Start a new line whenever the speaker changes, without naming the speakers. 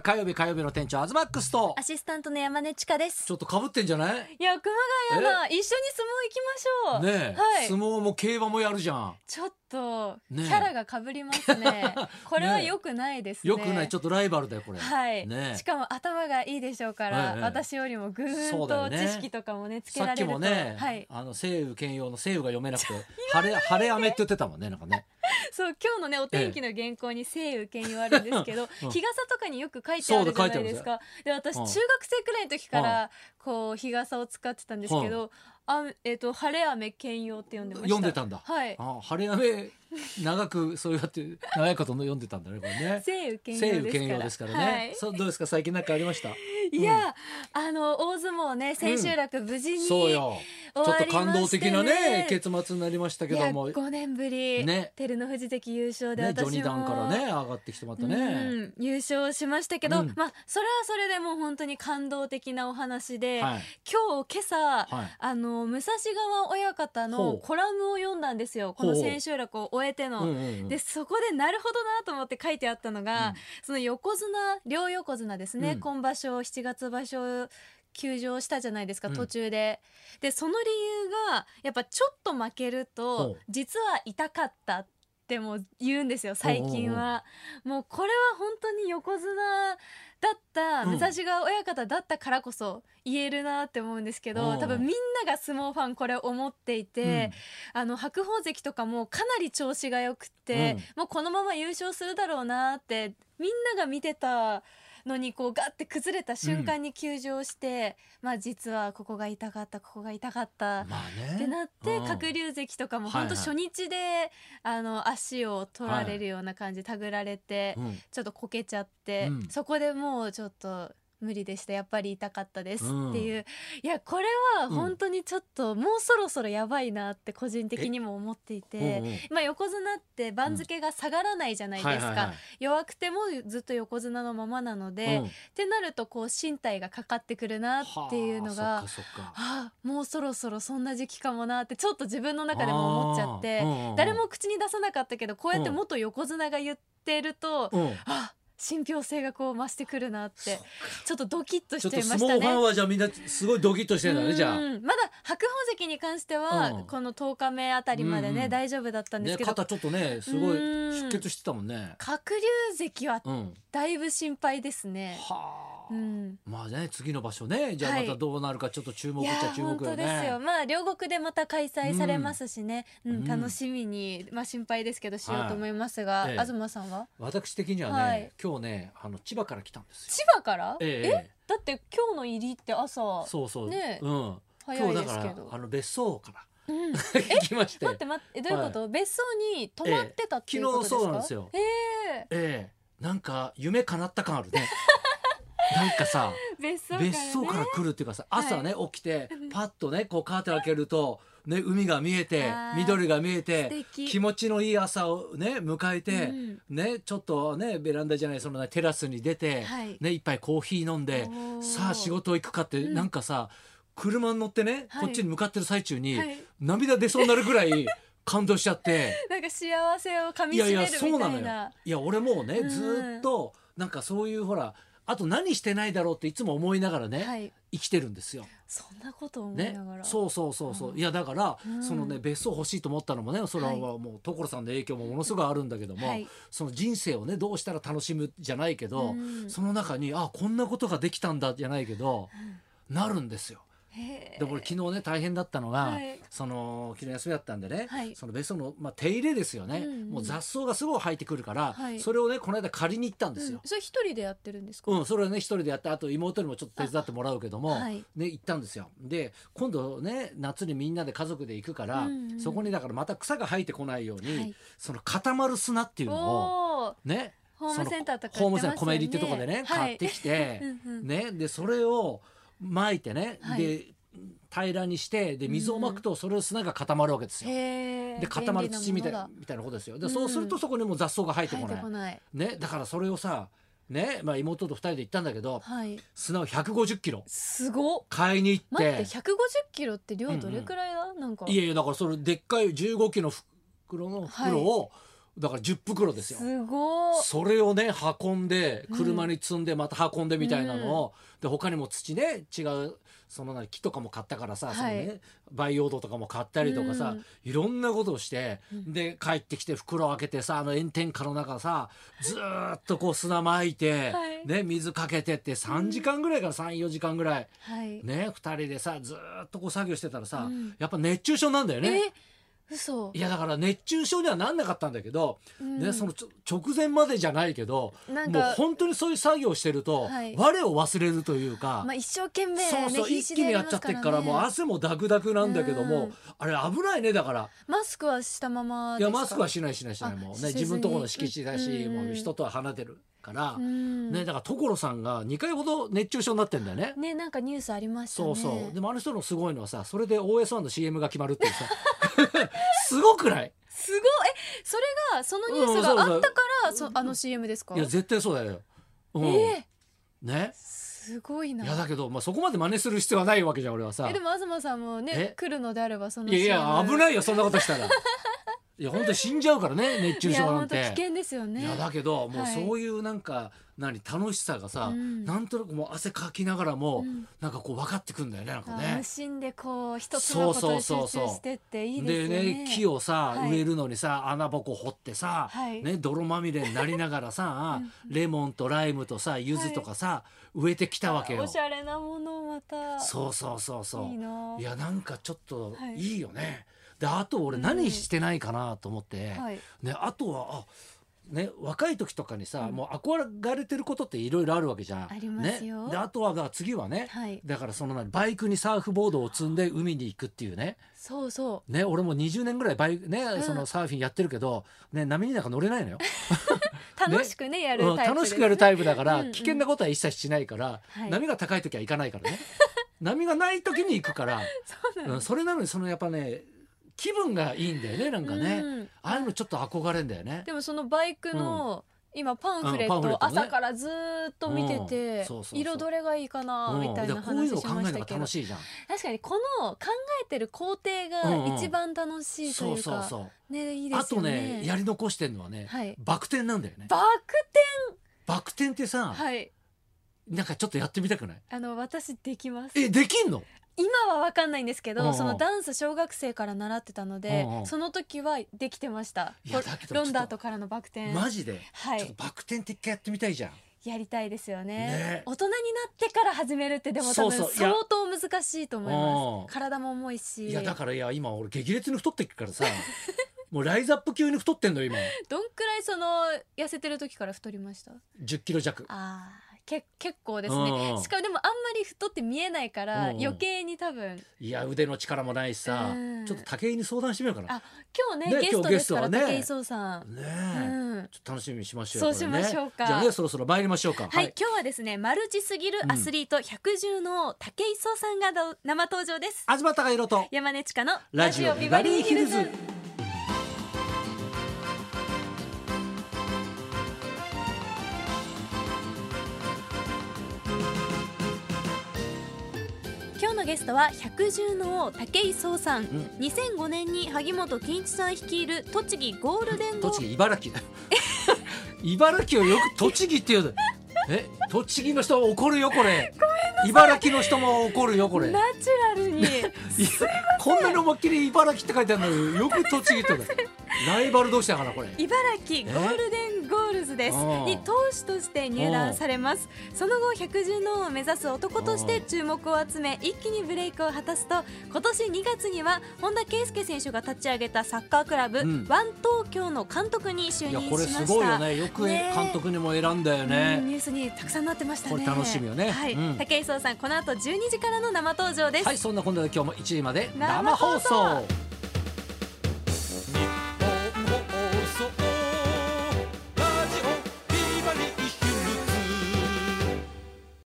火曜日火曜日の店長アズマックスと
アシスタントの山根千佳です
ちょっとかぶってんじゃない
いや熊谷だ一緒に相撲行きましょう
ねえ、
はい
相撲も競馬もやるじゃん
ちょっとキ
ねえ
ャラが被りますね これは良くないですね
よくないちょっとライバルだよこれ、
はい、
ねえ
しかも頭がいいでしょうから、
ええ
私よりもぐー
そ
ん
うだ
と
よね
知識とかもねつけ
さ
ら
っ
れ
き
ると
もね、
はい、
あの西雨兼用の西雨が読め なくて晴れ晴れ雨って言ってたもんねなんかね
そう今日のねお天気の原稿に晴雨兼用あるんですけど、
うん
日傘とかによく書いてあるじゃないですかで私、
うん
中学生くらいの時から、こう日傘を使ってたんですけど、あえっ、と晴れ雨兼用って読んでました
読んでたんだ
はい
あ晴れ雨長くそうやって長いこと読んでたんだねこれ ね
晴雨兼用です
西
から
雨兼用ですからね、
はい
そうどうですか最近なんかありま した
いや、あの大相撲ね千秋楽無事に、
そうよちょ
終
っ
わ
と
りましてね
感動的なね結末になりましたけ
い
ど
や
も、ね、
5年ぶり、
ね
照ノ富士関優勝
ジ
で私
ョ
も、
ニダンからね上がってきてまたね、
うん、優勝しましたけど、
うん
まあそれはそれでもう本当に感動的なお話で、
はい
今日今朝、
はい
あの武蔵川親方
ほ
の
う
コラムを読んだんですよこの千秋楽を終えての。
うんうんうん
でそこでなるほどなと思って書いてあったのが、
うん
その横綱両横綱ですね、
うん
今場所7月場所休場したじゃないですか
うん
途中で、でその理由がやっぱちょっと負ける
ほ
と
う
実は痛かったっても言うんですよ最近はもうこれは本当に横綱だった
うん
武蔵川親方だったからこそ言えるなって思うんですけど、
うん
多分みんなが相撲ファンこれ思っていて、あの白鵬関とかもかなり調子が良くて、もうこのまま優勝するだろうなってみんなが見てたのにこうガッて崩れた瞬間に休場して、まあ実はここが痛かったここが痛かった
うん、まあね
ってなって
うん
鶴竜関とかも
はい
本
は
当
い
初日で、あの足を取られるような感じ、手繰られて、
うん
ちょっとこけちゃって、
うん
そこでもうちょっと無理でしたやっぱり痛かったです
うん
っていう、いやこれは本当にちょっと、もうそろそろやばいなって個人的にも思ってい
うん
て。
うん
まあ、横綱って番付が下がらないじゃないですか、
はいはいはい
弱くてもずっと横綱のままなので、
うん
ってなるとこう身体がかかってくるなっていうの
は
が
あそっかそっか
あもうそろそろそんな時期かもなってちょっと自分の中でも思っちゃって、
あーうんうんうん
誰も口に出さなかったけどこうやって元横綱が言ってると、
うん
あ信憑性がこう増してくるなってちょっとドキッ
ち
とし
ょっ
ちゃ
と
いま
相
したね。
撲ファンはじゃあみんなすごいドキッとしてるんだねじゃあ。
うんまだ白鵬関に関しては、
うん
この10日目あたりまでね、
うん
大丈夫だったんで
ね
すけど、
肩ちょっとねすごい
うん
出血してたもんね。
鶴竜関は
うん。
だいぶ心配ですね。
はあ。
うん
まあね次の場所ねじゃあ
は
ま
い
たどうなるかちょっと注目
い
っ
や
ちゃ
ー
注目
本
よ
当ですよ。
ね。
まあ両国でまた開催されますしね、うん
うん
楽しみにまあ心配ですけどしようと思いますが、
はいええ
東さんは
私的には
は
ね
い
今日ねあの千葉から来たんですよ。
千葉から？
え
だって今日の入りって朝
えそうそう。
ねえ
うん。
早
今日
い
だ
で
か
すけ
ら
ど
あ。の別荘から
うん
来まして。
待って待ってえどういうこと、別荘に泊まってたっていうことですか、
ええ昨日そうなんですよ
え
ええなんか夢叶った感ある ね。なんかさ。
え別荘から、ね、
別荘から来るっていうかさ
はい
朝ね起きてパッとねこうカーテン開けると、ね、海が見えて
あー
緑が見え
素
て
敵
気持ちのいい朝をね迎えて、
うん
ね、ちょっとねベランダじゃないそのねテラスに出て、
はい
ね、一杯コーヒー飲んで
おー
さあ仕事行くかって、
うん
なんかさ車に乗ってね、
は
こ
い
っちに向かってる最中に、
はい、
涙出そうになるぐらい感動しちゃって。
なんか幸せを噛み
い
し
やい
めるみ
や
たいな
そうなのよいや俺もうね
うん
ずーっとなんかそういうほらあと何してないだろうっていつも思いながらね、
はい
生きてるんですよ。
そんなこと思い
ね
ながら、、
そうそうそうそう、
うん
いやだから、
うん
そのね別荘欲しいと思ったのもねそれは
はい
もう所さんの影響もものすごいあるんだけども、
はい
その人生をねどうしたら楽しむじゃないけど、
うん
その中にあこんなことができたんだじゃないけど、なるんですよ。
へえ
で俺昨日ね大変だったのが、
はい
その昨日休みだったんでね、
はい
その別荘の、まあ、手入れですよね、
うんうん
もう雑草がすごい生えてくるから、
はい
それをねこの間借りに行ったんですよ
うん。それ一人でやってるんですか、
うん、それをね一人でやってあと妹にもちょっと手伝ってもらうけども、
あはい
ね、行ったんですよで今度ね夏にみんなで家族で行くから、
うんうん
そこにだからまた草が生えてこないように、
はい
その固まる砂っていうのを
おー
ね
ホームセンターとか
ホー
売
ム
って
センタ
ま
ー
す
コメリってとこでね、買って
き
き て、
うんうん
ね、でそれを撒いてね、
はい
で平らにしてで水をまくとそれを砂が固まるわけですよ。
へえ
で固まる土みたい
便利な
な
もの
みたいなことですよ。で、
うん
そうするとそこにもう雑草が生え
だ
て
入
こ
って
ない。
こない
ね、だからそれをさ、ね、まあ妹と二人で行ったんだけど、
はい
砂を150キロ
すごっ
買いに行っ
待って
て
150キロって量どれくらいだ、なんか
いやいやだからそれでっかい15キロの袋の袋をだから10袋ですよ
すごい
それをね運んで車に積んでまた運んでみたいなのを、で他にも土ね違うその何木とかも買ったからさ、
はい
そのね、培養土とかも買ったりとかさ、
うん
いろんなことをして、
うん
で帰ってきて袋を開けてさあの炎天下の中さずーっとこう砂まいて、
はい
ね、水かけてって3時間ぐらいから34時間ぐらい、
はい、
ね2人でさずーっとこう作業してたらさ、
うん
やっぱ熱中症なんだよね。
え嘘
いやだから熱中症にはなんなかったんだけど、
うん
ね、そのちょ直前までじゃないけど、
なん
もう
か
本当にそういう作業をしてると、
はい
我を忘れるというか、
まあ一生懸命ね
そうそう、
必
一
死
気
で
にや
や
っ
り
ちゃ
ま
っ
す
て
か
っ
ら
からもう
ね
汗もダクダクなんだけども、
うん
あれ危ないねだから
マスクはしたまま
い
です
や
か
マスクはしないしないしないも
あ
う
し
ね
せず
自分とこの敷地だし、
にうんうん
もう人とは離れてるから、
うん
ね、だから所さんが2回ほど熱中症になってんだよね。
ねなんかニュースありましたね
そうそうでもあの人のすごいのはさそれで OS1 の CM が決まるっていうさ すごくない
すごいえそれがそのニュースがあったからそあの CM ですか
いや絶対そうだよ、うん
えー
ね
すごいない
やだけど、まあ、そこまで真似する必要はないわけじゃん俺はさ
えでも東さんも
え
ね来るのであればそ
い
の
やいや危
CM
ないよそんなことしたら いや本当に死んじゃうからね熱中
いや
症な
本
ん
当
て
危険ですよね
いやだけどもう
はい
そういうなんか、何楽しさがさ、
うん
なんとなくもう汗かきながらも、
うん
なんかこう分かってくんだよねなんか
あー
ね
無。心でこう一つのことに集
そうそうそ
中
うそう
してっていいですよね
木をさ、
はい
植えるのにさ穴ぼこ掘ってさ、
はい
ね、泥まみれになりながらさ
うん
レモンとライムとさ柚子とかさ、植えてきたわけよ
お。しゃれなものをまた
そうそうそうそう。
いいなあ
やなんかちょっと
はい
いいよね。であと俺何してないかなと思って、
はい
ね、あとはあね、若い時とかにさ、もう憧れてることっていろいろあるわけじゃん。
ありますよ
ね、であとはだから次はね、
はい
だからその何バイクにサーフボードを積んで海に行くっていうね
そうそ
ね俺も20年ぐらいバイク、ね
ん
そのサーフィンやってるけど、ね、波になんか乗れないのよ。
う楽しくねやる
うん
タイプ
楽しくやる
イ
タイプだから、
うんうん
危険なことは一切しないから、
はい
波が高い時は行かないから ね波がない時に行くから
プそう
う
なん
ん、それなのにそのやっぱね気分がいいんだよねなんかね、
うん
ああいうのちょっと憧れんだよね
でもそのバイクの、今パンフレッ
うんパンフレッ
ト
トね
朝からずーっと見てて、
うんそうそうそう
色どれがいいかな
うん
みたい
だか
な
らこういう
話し
の
ま
を考えるの
した
が
けど
楽しいじゃん
確かにこの考えてる工程
うんうん
が一番楽しいと
そ
いうう
そう
か
そう
ねいいで
あ
すよ
と
ね
ねやり残してんのはね、
はい
バク転なんだよね
バク
バク転ってさ、
転はい
なんかちょっとやってみたくない
あの私できます
えできんの
今は分かんないんですけ
うんう
ど
ん
そのダンス小学生から習ってたので
うんうん
その時はできてました
いや
こ
だけどちょっと
ロンダートからのバク転
マジで、
は
ちょっ
い
とバク転って一回やってみたいじゃん
やりたいですよね
ね
大人になってから始めるってでも多分
そう
相
そういや
当難しいと思い
うん
ます体も重いし
いやだからいや今俺激烈に太ってっから さもうライズアップ級に太ってんの今
どんくらいその痩せてる時から太りました
10キロ弱
あーけ結構です
うん
ねしかもでもあんまり太って見えないから
うん
余計に多分
いや腕の力もないしさ、
うん
ちょっと武井に相談してみようかな
あ今日ね
ね
ゲストですから
今日ゲストはね
武井壮さん、
ね
う
え、
ん
ちょっと楽しみにしましょう
そうしましょう
これね
か
じゃあねそろそろ参りましょうか
はい、今日はですねマルチすぎるアスリート百獣の王武井壮さんがど生登場です
東貴博と
山根千佳の
ラジオビバリーヒルズ
今日のゲストは百獣の王武井壮さん、
ん
2005年に萩本欽一さん率いる栃木ゴールデンゴー
栃木茨 城茨城をよく栃木って言うのえ栃木の人は怒るよこれ茨城の人も怒るよこれいや
ナチュラ ルに
こんなに思いっきり茨城って書いてあるのによく栃木って言う のライバル同士だからこれ
茨城ゴールデンゴールズです
うん
に投手として入団されますその後百獣の王を目指す男として注目を集め一気にブレイクを果たすと今年2月には本田圭佑選手が立ち上げたサッカークラブ、
うん
ワン東京の監督に就
い
任
や
し
こ
ま
れ
した
すごいよねよく
ねえ
監督にも選んだよ
うん
ね
ニュースにたくさんなってましたね
これ楽しみよね
はい、
うん
武井壮さんこの後12時からの生登場です、
はいそんなこんなで今日も1時まで
生放送
生放送